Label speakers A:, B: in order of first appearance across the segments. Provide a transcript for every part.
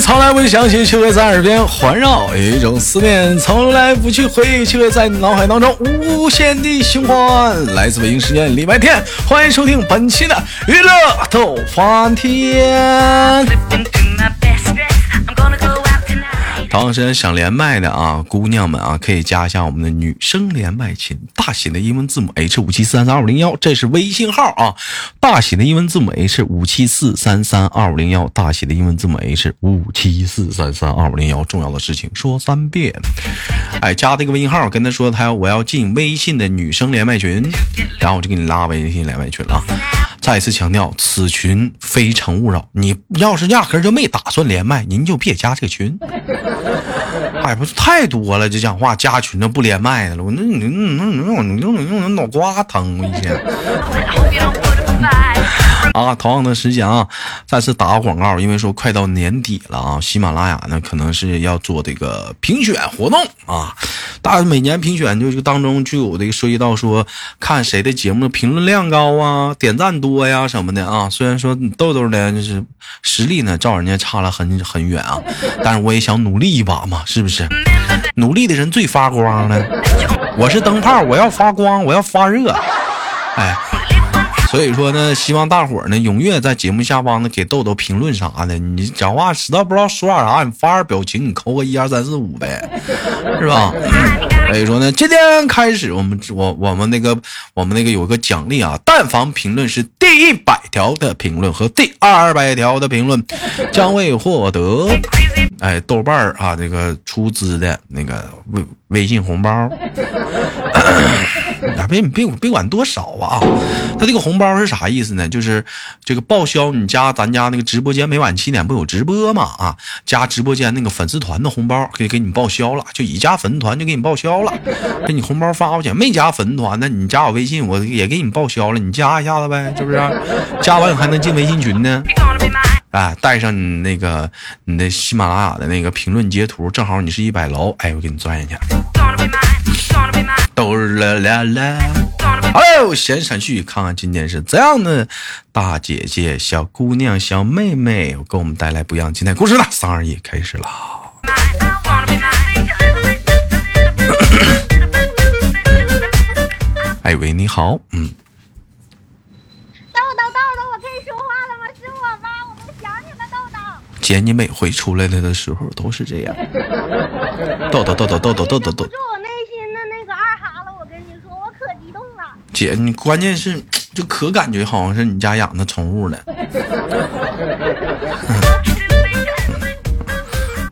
A: 从来不想起，却会在耳边环绕；有一种思念从来不去回忆，却会在脑海当中无限的循环。来自北京时间礼拜天，欢迎收听本期的娱乐逗翻天。同时想连麦的啊，姑娘们啊，可以加一下我们的女生连麦群，大写的英文字母 H 五七四三三二五零幺，这是微信号啊，大写的英文字母 H 五七四三三二五零幺，大写的英文字母 H 五七四三三二五零幺，重要的事情说三遍。哎，加这个微信号，跟他说他要我要进微信的女生连麦群，然后我就给你拉微信连麦群了啊。再次强调，此群非诚勿扰。你要是压根儿就没打算连麦，您就别加这个群。哎，不是太多了，这讲话加群的不连麦的了。我那你那你那你那你那脑瓜疼，我一天。啊，同样的时间啊，再次打个广告，因为说快到年底了啊，喜马拉雅呢可能是要做这个评选活动啊，大每年评选就是当中就有这个涉及到说看谁的节目评论量高啊、点赞多呀什么的啊。虽然说豆豆呢就是实力呢照人家差了很很远啊， 但是我也想努力一把嘛，是不是？努力的人最发光了，我是灯泡，我要发光，我要发热，哎。 所以说呢，希望大伙儿呢踊跃在节目下方呢给豆豆评论啥的。你讲话实在不知道说点啥，你发点表情，你扣个一二三四五呗，是吧？所以说呢，今天开始我们我我们那个我们那个有个奖励啊，但凡评论是第一百条的评论和第二百条的评论，将会获得哎豆瓣儿啊那个出资的那个微微信红包。啊，别别别管多少啊！他这个红包是啥意思呢？就是这个报销你家咱家那个直播间每晚七点不有直播嘛啊，加直播间那个粉丝团的红包给给你报销了，就已加粉丝团就给你报销了，给你红包发过去。没加粉丝团的，你加我微信我也给你报销了，你加一下子呗，是不是、啊？加完我还能进微信群呢。哎，带上你那个你的喜马拉雅的那个评论截图，正好你是一百楼，哎，我给你钻进去。都啦啦啦！哎呦，闲闪去看看今天是怎样的大姐姐、小姑娘、小妹妹，给我们带来不一样精彩故事了。三二一，开始啦！哎喂，你好，嗯。
B: 豆豆豆豆，我可以说话了吗？是我吗？我们想你们豆豆。
A: 姐，你每回出来了的时候都是这样。豆豆豆豆豆豆豆豆豆
B: 不。住我内心的那个二哈了，我跟你说，我可激动了。
A: 姐，你关键是就可感觉好像是你家养的宠物了。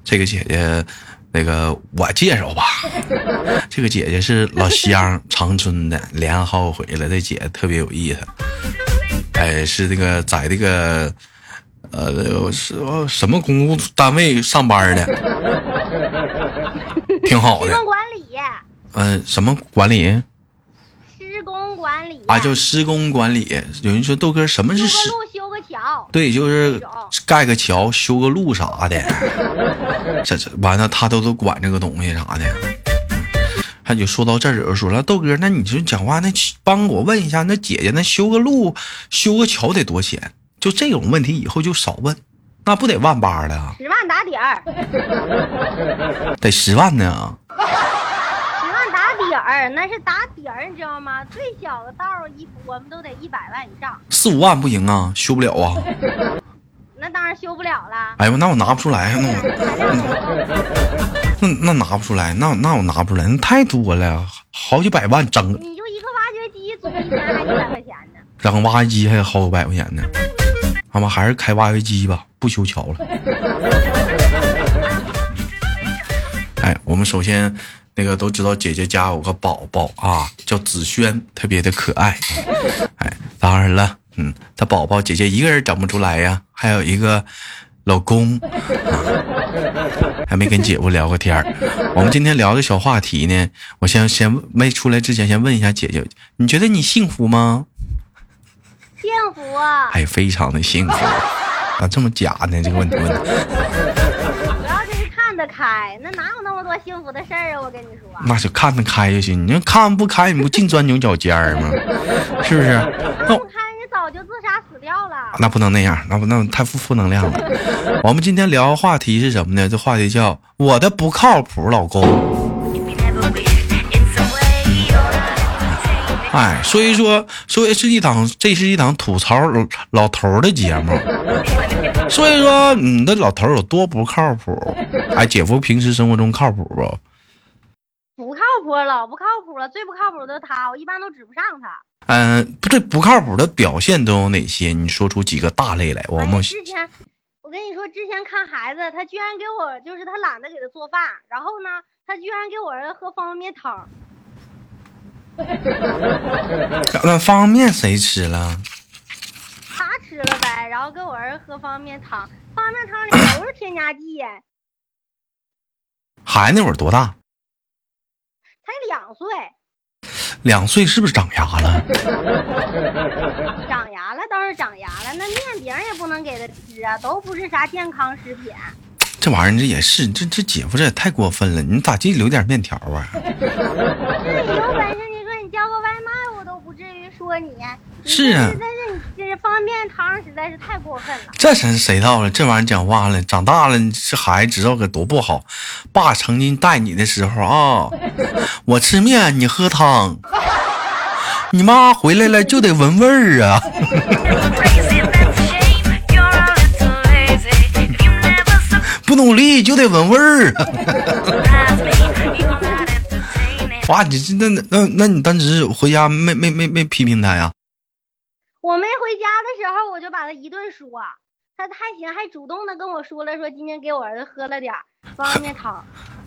A: 这个姐姐，那个我介绍吧，这个姐姐是老乡，长春的，连安号回来，这姐特别有意思。哎，是这个在这个呃是呃什么公务单位上班的，挺好
B: 施
A: 的。
B: 工管理，
A: 嗯、什么管理
B: 施工管理
A: 啊？就施工管理。有人说豆哥，什么是施
B: 修？个路修个桥，
A: 对，就是
B: 那种
A: 盖个桥、修个路啥的， 这这完了，他都都管这个东西啥的。还就说到这儿，有人说了，豆哥，那你就讲话，那帮我问一下，那姐姐那修个路、修个桥得多钱？就这种问题以后就少问，那不得万八了啊，
B: 十万打底儿，
A: 得十万呢。啊
B: 十万打底儿，那是打底儿，你知道吗？最小的道儿一，我们都得一百万以上，
A: 四五万不行啊，修不了啊！
B: 那当然修不了了。
A: 哎呦，那我拿不出来，那我
B: 材料都够
A: 那那拿不出来，那那我拿不出来，那太多了，好几百万整
B: 你就一个挖掘机，租一年还一百块钱呢。
A: 整挖掘机还好几百块钱呢，他妈还是开挖掘机吧，不修桥了。哎，我们首先那个都知道姐姐家有个宝宝啊，叫子轩，特别的可爱。哎，当然了，嗯，她宝宝姐姐一个人整不出来呀，还有一个老公，啊、还没跟姐夫聊过天儿。我们今天聊的小话题呢，我先先没出来之前先问一下姐姐，你觉得你幸福吗？
B: 幸福啊！
A: 哎，非常的幸福。咋啊这么假呢？这个问题问的，
B: 主要就是看得开，那哪有那么多幸福的事儿啊！我跟你说，
A: 那就看得开就行。你要看不开，你不净钻牛角尖儿吗？是不是？那
B: 看不开你早就自杀死掉了。
A: 那不能那样，那不那太负负能量了。我们今天聊话题是什么呢？这话题叫“我的不靠谱老公”。哎，所以说，所以是一档，这是一档吐槽老老头儿的节目。所以说，你的老头儿有多不靠谱？哎，姐夫平时生活中靠谱不？
B: 不靠谱，老不靠谱了，最不靠谱的是他，我一般都指不上他。
A: 嗯，不对，不靠谱的表现都有哪些？你说出几个大类来，我
B: 哎
A: 们
B: 之前，我跟你说，之前看孩子，他居然给我，就是他懒得给他做饭，然后呢，他居然给我儿子喝方便面汤儿，
A: 那方便面谁吃了？
B: 他吃了呗，然后给我儿子喝方便面汤，方便面汤里都是添加剂，才
A: 孩子那会儿多大？
B: 两岁，
A: 两岁是不是长牙了？
B: 长牙了倒是长牙了，那面饼也不能给他吃啊，都不是啥健康食品。
A: 这玩意儿这也是，这这姐夫这也太过分了！你咋就留点面条啊？
B: 那你有本事你说你叫个外卖，我都不至于说你。你
A: 是啊
B: 这但是你这是方便面汤实在是太过分了。
A: 这谁谁道了？这玩意儿讲话了，长大了这孩子知道可多不好。爸曾经带你的时候啊、我吃面你喝汤，你妈回来了就得闻味儿啊。不努力就得闻味儿。啊哇，你这那那那那你当时回家没没没没批评他呀？
B: 我没回家的时候，我就把他一顿说，他还行，还主动的跟我说了，说今天给我儿子喝了点儿方便面汤。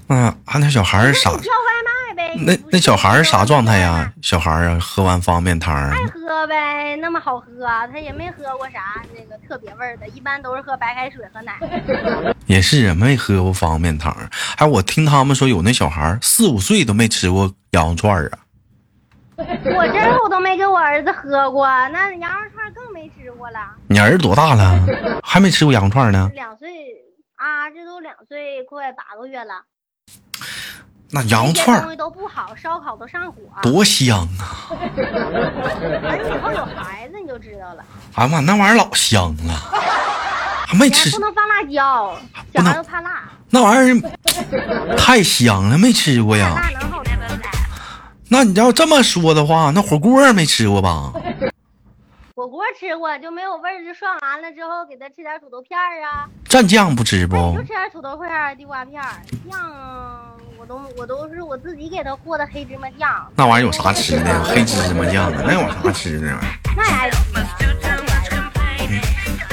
A: 嗯，啊，那小孩儿傻
B: 那你，叫外卖呗。你
A: 那
B: 不
A: 那
B: 是
A: 小孩儿啥状态呀？？小孩儿啊，喝完方便汤儿，
B: 爱喝呗，那么好喝，他也没喝过啥那个特别味儿的，一般都是喝白开水和奶。
A: 也是啊，没喝过方便汤儿。哎，我听他们说有那小孩儿四五岁都没吃过羊肉串儿啊。
B: 我这儿我都没给我儿子喝过，那羊肉串更没吃过了。
A: 你儿子多大了？还没吃过羊肉串儿呢？
B: 两岁啊，这都两岁快八个月了。
A: 那羊肉
B: 这些
A: 串
B: 东
A: 儿
B: 西都不好，烧烤都上火。
A: 多香啊！
B: 等以后有孩子你就知道了，
A: 哎呀妈，那玩意儿老香了，还没
B: 你还
A: 吃
B: 不能放辣椒，
A: 不
B: 小
A: 能
B: 孩都怕辣，
A: 那玩意儿太香了，没吃过呀。
B: 辣能好吃吗？
A: 那你要这么说的话，那火锅儿没吃过吧？
B: 火锅吃过就没有味儿，就涮完了之后给他吃点土豆片儿啊，
A: 蘸酱不吃
B: 你
A: 不
B: 就？吃点土豆片儿、啊地瓜片儿，酱我都我都是我自己给他和的黑芝麻酱，
A: 那玩意儿有啥吃的？黑芝麻酱的，那有啥吃的？
B: 那还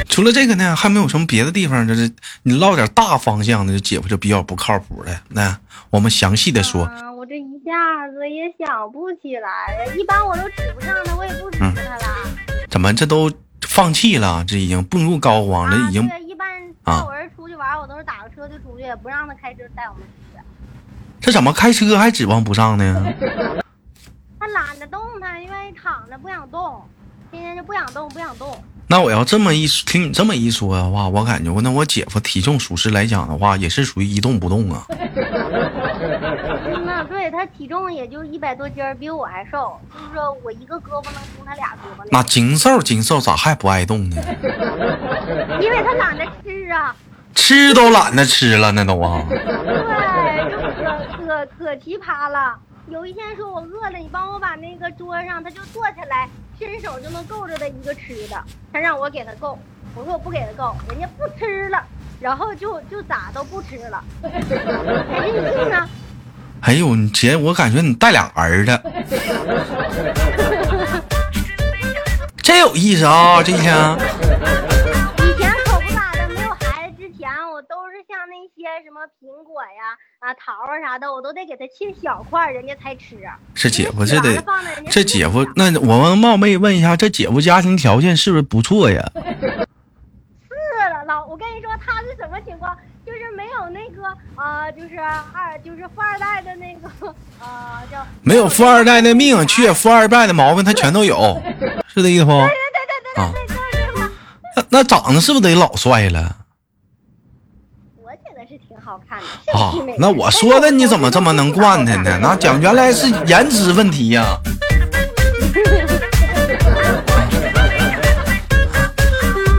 A: 除了这个呢，还没有什么别的地方，就是你唠点大方向的，姐夫就比较不靠谱的。那我们详细的说，
B: 啊，我这一下子也想不起来了。一般我都指不上他，我也不指
A: 嗯
B: 着他了。
A: 怎么这都放弃了？这已经步入高光了，
B: 啊，
A: 已经
B: 对，一般带
A: 啊
B: 我儿子出去玩，我都是打个车就出去，也不让他开车带我们出去。
A: 这怎么开车还指望不上呢？
B: 他懒得动弹，他愿意躺着，不想动，天天就不想动，不想动。
A: 那我要这么一听你这么一说的话，我感觉那我姐夫体重属实来讲的话，也是属于一动不动啊。
B: 嗯呐，对他体重也就一百多斤儿，比我还瘦，就是说我一个胳膊能顶他俩胳膊
A: 那金瘦金瘦咋还不爱动呢？
B: 那，因为他懒得吃啊。
A: 吃都懒得吃了，那都啊！
B: 对，就可可可奇葩了。有一天说我饿了，你帮我把那个桌上，他就坐下来，伸手就能够着的一个吃的，他让我给他够，我说我不给他够，人家不吃了，然后就就咋都不吃了， 还任性呢。
A: 哎呦，你姐，我感觉你带俩儿子，真有意思啊！这一天，
B: 以前可不咋的，没有孩子之前，我都是像那些什么苹果呀、啊桃啊啥的，我都得给他切小块儿，人家才吃。啊
A: 这姐夫这
B: 人家
A: 得
B: 洗完了放在人家
A: 这姐夫，那我们冒昧问一下，这姐夫家庭条件是不是不错呀？
B: 是了，老，我跟你说他是什么情况，就是没有那个呃，就是二，就是富二代的那个呃，叫
A: 没有富二代的命，却有富二代的毛病，他全都有，是这意思不？
B: 对对对
A: 啊
B: 对对对对对对对，
A: 那那长得是不是得老帅了
B: 我觉得是挺好看的。是
A: 啊
B: 挺美？
A: 那我说的你怎么这么能惯他呢？那讲原来是颜值问题呀、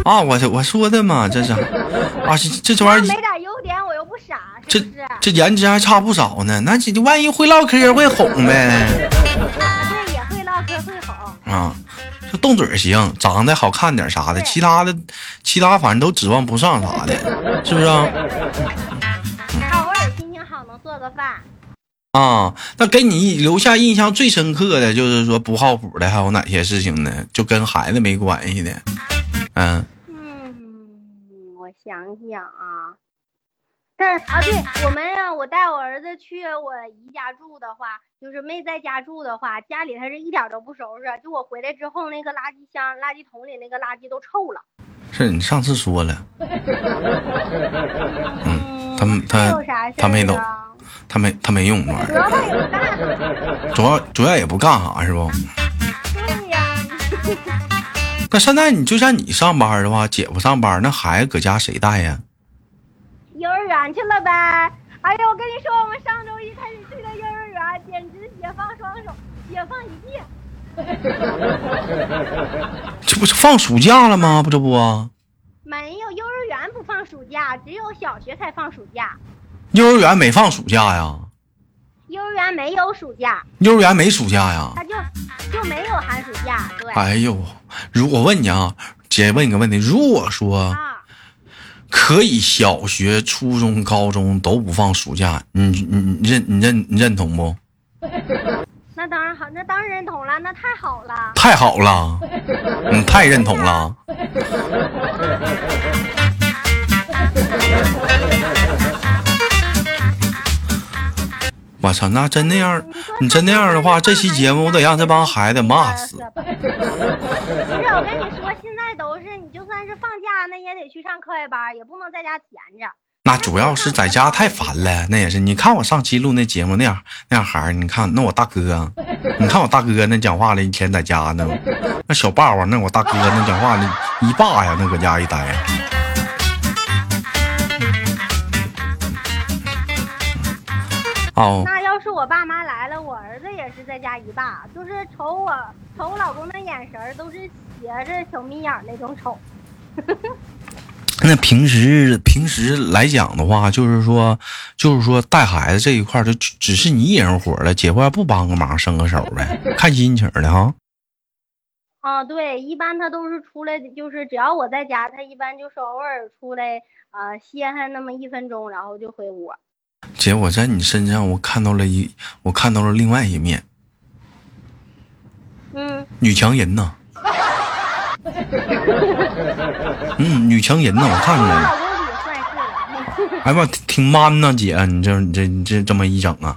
A: 啊，我我说的嘛，这是啊，这这
B: 那
A: 玩意
B: 没
A: 儿，
B: 点优点，我又不傻，
A: 这
B: 是不是？
A: 这颜值还差不少呢。那这这万一会唠嗑会哄呗
B: 啊，对，也会唠嗑，会哄。
A: 啊，就动嘴儿行，长得好看点啥的，
B: 对
A: 其他的其他反正都指望不上啥的，是不是啊？
B: 偶尔心情好能做个饭，
A: 啊，那给你留下印象最深刻的就是说不靠谱的，还有哪些事情呢？就跟孩子没关系的，嗯
B: 嗯，我想想啊，但啊，对我们呀、我带我儿子去我姨家住的话，就是妹在家住的话，家里他是一点儿都不收拾，就我回来之后，那个垃圾箱、垃圾桶里那个垃圾都臭了。
A: 是你上次说了，
B: 嗯
A: 他们他
B: 还有啥事
A: 他没
B: 儿
A: 懂
B: 啊
A: 他没他没用那玩意儿，
B: 主要他也不干，
A: 主要主要也不干啥是不？
B: 对呀、
A: 那现在你就像你上班的话，姐夫上班，那孩子搁家谁带呀？
B: 幼儿园去了呗。哎呀，我跟你说，我们上周一开始去的幼儿园，简直解放双手，解放一臂。
A: 这不是放暑假了吗？不这不啊，
B: 没有，幼儿园不放暑假，只有小学才放暑假。
A: 幼儿园没放暑假呀？
B: 幼儿园没有暑假，
A: 幼儿园没暑假呀？
B: 它就就没有寒暑假。对，
A: 哎呦，如果问你啊，姐问你个问题，如果说。
B: 啊，
A: 可以小学、初中、高中都不放暑假，你你你认你认你认同不？
B: 那当然好，那当然认同了，那太好了。
A: 太好了，你太认同了。我操，那真那样，你真那样的话，这期节目我得让这帮孩子骂死。
B: 不是，我跟你说，现在都是你就算是放假，那也得去上课外班，也不能在家闲着。
A: 那主要是在家太烦了，那也是。你看我上期录那节目那样那样孩儿，你看那我大哥，啊你看我大哥那讲话了，一天在家呢，那小霸王那我大哥那讲话呢，一霸呀，那搁家一待呀。哦，
B: 那要是我爸妈来了，我儿子也是在家一霸，就是瞅我瞅我老公的眼神儿都是斜着小眯眼儿那种瞅。
A: 那平时平时来讲的话，就是说，就是说带孩子这一块儿，就只只是你一人活了，姐夫要不帮个忙伸个手呗，看心情的哈。
B: 啊，对，一般他都是出来，就是只要我在家，他一般就是偶尔出来，呃，歇上那么一分钟，然后就回屋。
A: 姐，我在你身上我看到了一，我看到了另外一面，
B: 嗯，
A: 女强人呐。嗯，女强人呐，我看
B: 跟
A: 出
B: 我
A: 来了。
B: 老公比算是了。
A: 哎呀妈，挺挺 man 呐，姐，你这你这你这这么一整啊，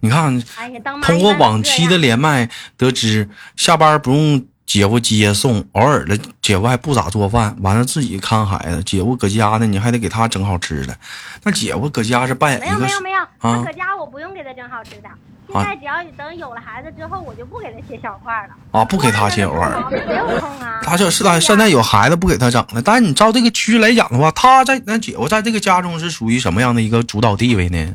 A: 你看，
B: 哎呀，当妈
A: 通
B: 一
A: 过
B: 般都
A: 往
B: 这
A: 期
B: 样
A: 的连麦得知，下班不用姐夫接送，偶尔的姐夫还不咋做饭，完了自己看孩子，姐夫搁家呢，你还得给他整好吃的。那姐夫搁家是扮
B: 没
A: 演
B: 有
A: 一个
B: 没有没有，他
A: 啊
B: 搁家我不用给他整好吃的。现
A: 啊
B: 在只要等有了孩子之后，我就不给他切小块儿了。
A: 啊，不给他切
B: 偶
A: 偶尔。
B: 没有空啊。
A: 他这是他现在有孩子不给他整了，但是你照这个区来讲的话，他在那姐夫在这个家中是属于什么样的一个主导地位呢？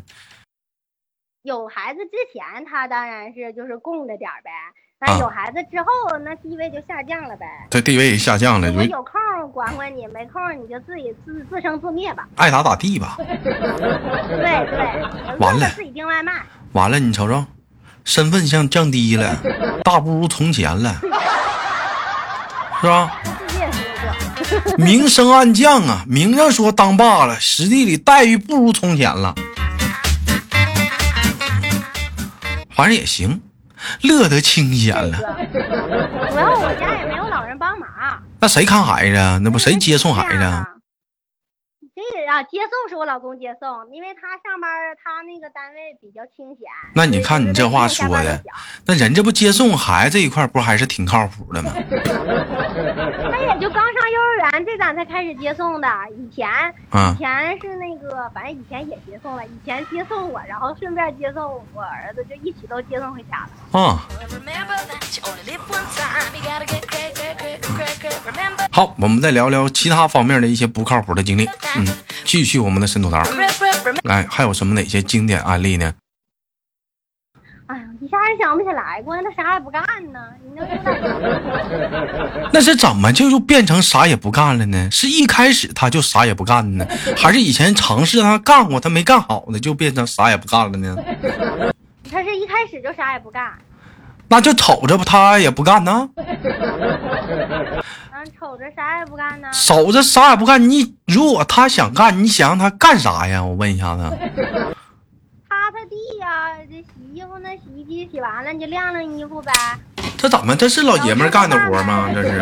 B: 有孩子之前，他当然是就是供着点儿呗。
A: 啊
B: 那有孩子之后，那地位就下降了呗。
A: 他地位也下降了，
B: 我
A: 就
B: 有空儿管管你，没空儿你就自己自自生自灭吧。
A: 爱咋咋地吧。
B: 对对，
A: 完了
B: 自己订外卖。
A: 完了，你瞅瞅，身份像降低了，大不如从前了，是吧？
B: 他自己也说过，
A: 明升暗降啊，明着说当爸了，实际里待遇不如从前了。反正也行，乐得清闲了。
B: 主要我家也没有老人帮忙，
A: 那谁看孩子啊？那不谁接送孩
B: 这
A: 子
B: 样
A: 啊？
B: 啊？这个啊，接送是我老公接送，因为他上班儿，他那个单位比较清闲。
A: 那你看你这话说的
B: 所以就是下
A: 那人这不接送孩子这一块儿不还是挺靠谱的吗？
B: 班儿就行，他也就刚上幼儿园，这咱才开始接送的。以前以
A: 啊，
B: 前是那个，反正以前也接送了，以前接送我，然后顺便接送我儿子，就一起都接送回家了。
A: 啊，
C: Remember that you only live one time. You gotta get great, great, great, great, great. Remember
A: 好，我们再聊聊其他方面的一些不靠谱的经历。嗯，继续我们的神吐槽。哎
C: that. Remember.
A: 来，还有什么哪些经典案例呢？
B: 哎呀，一一下也想不起来，关键他啥也不干呢。你能有点
A: 那是怎么就就变成啥也不干了呢？是一开始他就啥也不干呢，还是以前尝试让他干过，他没干好呢，就变成啥也不干了呢？
B: 他是一开始就啥也不干，
A: 那就瞅着吧，他也不干呢，
B: 嗯，瞅着啥也不干呢。
A: 守着啥也不干。你如果他想干，你想让他干啥呀？我问一下子，
B: 擦擦地呀、这洗衣服那洗衣机洗完了你就晾晾衣服呗，
A: 这怎么这是老爷们儿干的活吗？这是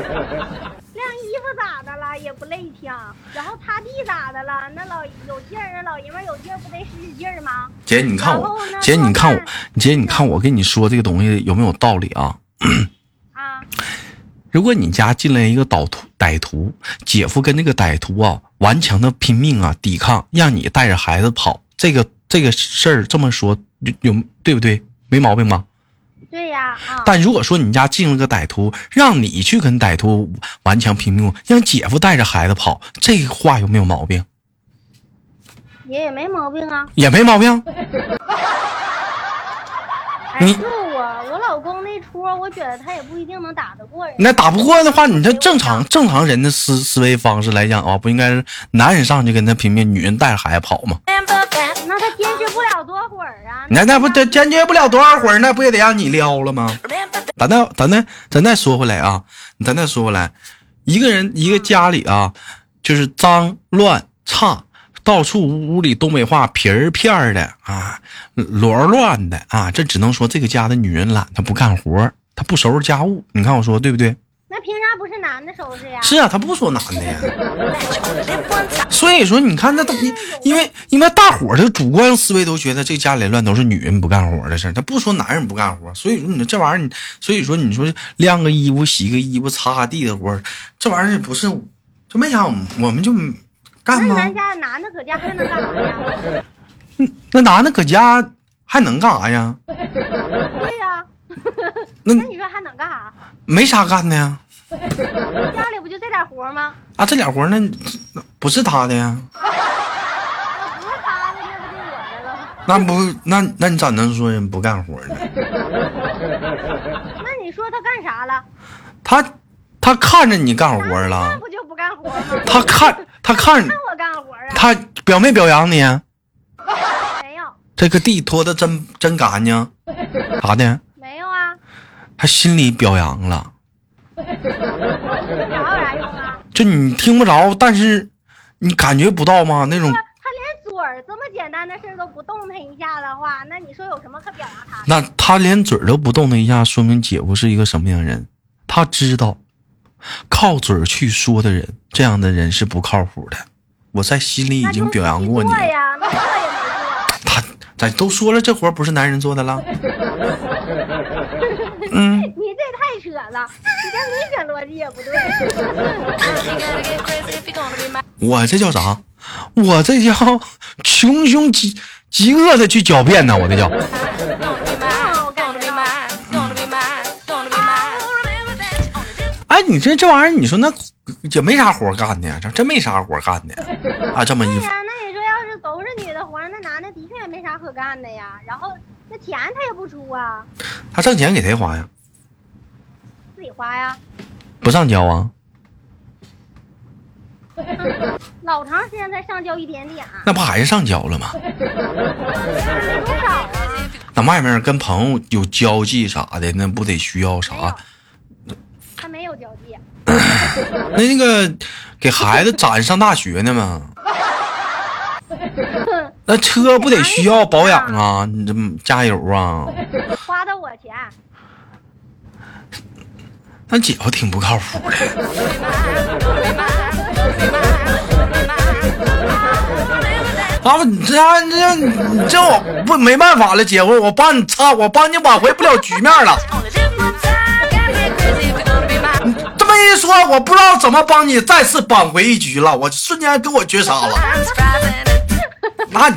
B: 晾衣服咋的了也不累挺，然后擦地咋的了？那老有劲儿，老爷们儿有劲儿不得使使劲儿吗？
A: 姐，你看我，姐，你看我，姐，你看我跟你说这个东西有没有道理啊？
B: 啊，
A: 如果你家进来一个歹徒，歹徒，姐夫跟这个歹徒啊，顽强的拼命啊，抵抗，让你带着孩子跑，这个这个事儿这么说有有对不对？没毛病吧？
B: 对呀，啊，
A: 但如果说你家进了个歹徒，让你去跟歹徒顽强拼命，让姐夫带着孩子跑，这个话有没有毛病？
B: 也也没毛病啊。
A: 也没毛病。
B: 哎，
A: 你
B: 就我我老公那出，我觉得他也不一定能打得过人家。
A: 那打不过的话，你这正常正常人的思思维方式来讲啊，不应该是男人上去跟他拼命，女人带着孩子跑吗？
C: Remember that,
B: 那他坚持不了多会儿啊。
A: 那那不这坚决不了多少会儿，那不也得让你撩了吗？
C: remember that,
A: 咱再咱再咱再说回来啊，咱再说回来，一个人一个家里啊，就是脏乱差，到处屋里东北话皮儿片儿的啊，罗儿乱的啊，这只能说这个家的女人懒，她不干活儿，她不收拾家务。你看我说对不对？
B: 那凭啥不是男的收拾呀？
A: 是啊，她不说男的呀。
C: that you only live one time.
A: 所以说，你看那都因因为因为大伙儿的主观思维都觉得这家里乱都是女人不干活的事儿，他不说男人不干活。所以说你这玩意儿，你所以说你说晾个衣服、洗个衣服、擦擦地的活儿，这玩意儿不是就没啥我们我们就干
B: 那
A: 吗
B: 咱？家男的搁家还能干啥呀？
A: 那男的搁家还能干啥呀？
B: 对呀、
A: 那
B: 那你说还能干啥？
A: 没啥干的呀。
B: 家里不就这点活吗？
A: 啊，这点活儿那那不是他的呀，
B: 那不是他的，那不就我的了？
A: 那不那那你咋能说人不干活呢？
B: 那你说他干啥了？
A: 他他看着你干活儿
B: 那
A: 了，
B: 不就不干活吗？
A: 他看他看
B: 看我干活啊？
A: 他表没表扬你？啊
B: 没有，
A: 这个地拖的真真干净，啥的，
B: 没有啊，
A: 还心里表扬了，
B: 这哪有啥用啊？
A: 就你听不着，但是你感觉不到吗？那种
B: 他，他连嘴儿这么简单的事儿都不动他一下的话，那你说有什么可表扬他的？
A: 那他连嘴儿都不动的一下，说明姐夫是一个什么样的人？他知道，靠嘴儿去说的人，这样的人是不靠谱的。我在心里已经表扬过你
B: 那
A: 了
B: 就是没做呀，那做也没做。
A: 他咱都说了，这活儿不是男人做的了。
B: 你这太扯了，你这理解逻辑也不对。
C: You gotta get crazy if you're gonna be my.
A: 我这叫啥？我这叫穷凶极极恶的去狡辩呢，我这叫。
C: Gonna be mine, gonna be mine, gonna be mine, gonna be mine. Remember that you only live
A: 哎，你这这玩意儿，你说那也没啥活干的呀，这真没啥活干的啊。这么一
B: 对呀、那你说要是都是女的活儿，那男的的确也没啥可干的呀。然后那钱他也不出啊，
A: 他挣钱给谁花呀？
B: 自己花呀。
A: 不上交啊？
B: 老长时间才上交一点点，
A: 那不还是上交了吗？
B: 没多少啊。
C: crazy if you
A: 那外面跟朋友有交际啥的，那不得需要
B: 没有
A: 啥？，
B: 他没有交际，
A: 那那个给孩子攒上大学呢吗？那车不得需要保养啊？你这加油啊？
B: 花的我钱。
A: 那姐夫挺不靠谱的。
C: be mine, gonna be mine, gonna be mine, gonna be mine. Remember that
A: 啊，你这样这样你这我不没办法了，姐夫，我帮你擦，我帮你挽回不了局面了。
C: you only live one time. Gotta get crazy if you're gonna be mine.
A: 这么一说，我不知道怎么帮你再次扳回一局了，我瞬间跟我绝杀了。
C: I'm surprising.
A: 那你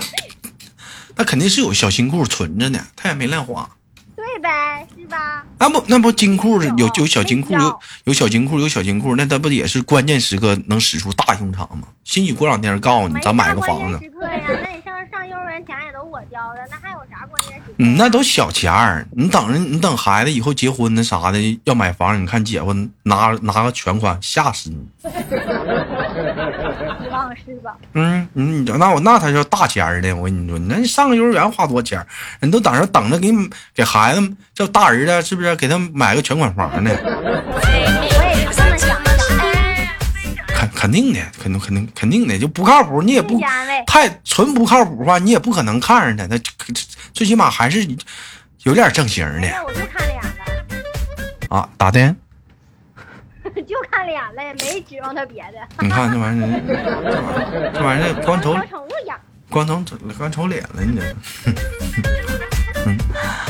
A: 那肯定是有小金库存着呢，他也没乱花。
B: 对呗，是吧？
A: 那不那不金库有有小金库
B: 没
A: 有
B: 有
A: 有小金库有小金库，那他不也是关键时刻能使出大用场吗？兴许过两天告诉你，
B: 没
A: 咱买
B: 啥
A: 个
B: 关
A: 房
B: 键
A: 子，
B: 时刻呀，那你上上幼儿园分钱也都我交的，那还有啥关键时
A: 你
B: 间？
A: 那都小钱儿，你等着，你等孩子以后结婚的啥的，要买房，你看姐夫拿拿个全款，吓死你。
B: 希望是吧？
A: 嗯，你你那我那才叫大钱儿呢！我跟你说，你那上个幼儿园花多少钱儿？人都等着等着给你给孩子叫大儿子，是不是给他买个全款房呢？
B: 我也是这么想的。
A: 肯肯定的，肯定肯定肯定的，就不靠谱，你也不
B: 谢谢安慰
A: 太纯不靠谱的话，你也不可能看着他，那最起码还是有点正形儿
B: 那
A: 的
B: 我就看脸了，
A: 啊！咋的？
B: 就看脸了，也没指望他别的。
A: 你看这玩意儿，这玩意儿光头
B: 当宠物养。
A: 光头光瞅脸了，你这。 嗯，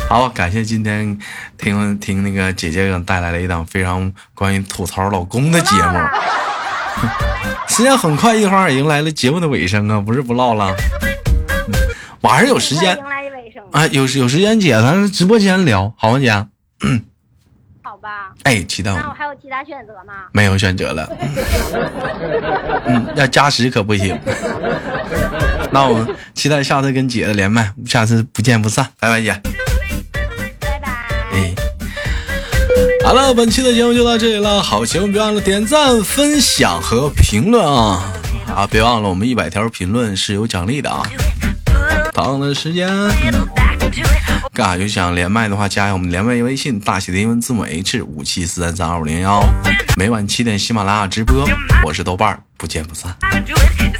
A: 好，感谢今天听听那个姐姐给我带来了一档非常关于吐槽老公的节目。时间很快，一晃儿迎来了节目的尾声啊，不是不唠了。嗯晚上有时间
B: 迎来尾声，
A: 啊，有有时间姐咱直播间聊，好吗姐？
B: 好吧？
A: 哎，期待我
B: 那我还有其他选择吗？
A: 没有选择了。嗯，要加时可不行。 那我们期待下次跟姐的连麦，下次不见不散，拜拜姐。
B: 拜拜。
A: 哎，好了，本期的节目就到这里了。好节目别忘了点赞、分享和评论啊！啊，别忘了我们一百条评论是有奖励的啊！同样的时间，干啥有想连麦的话，加一下我们连麦微信，大写的英文字母 H 五七四三三二五零幺。每晚七点喜马拉雅直播，我是豆瓣儿，不见不散。
C: I do it.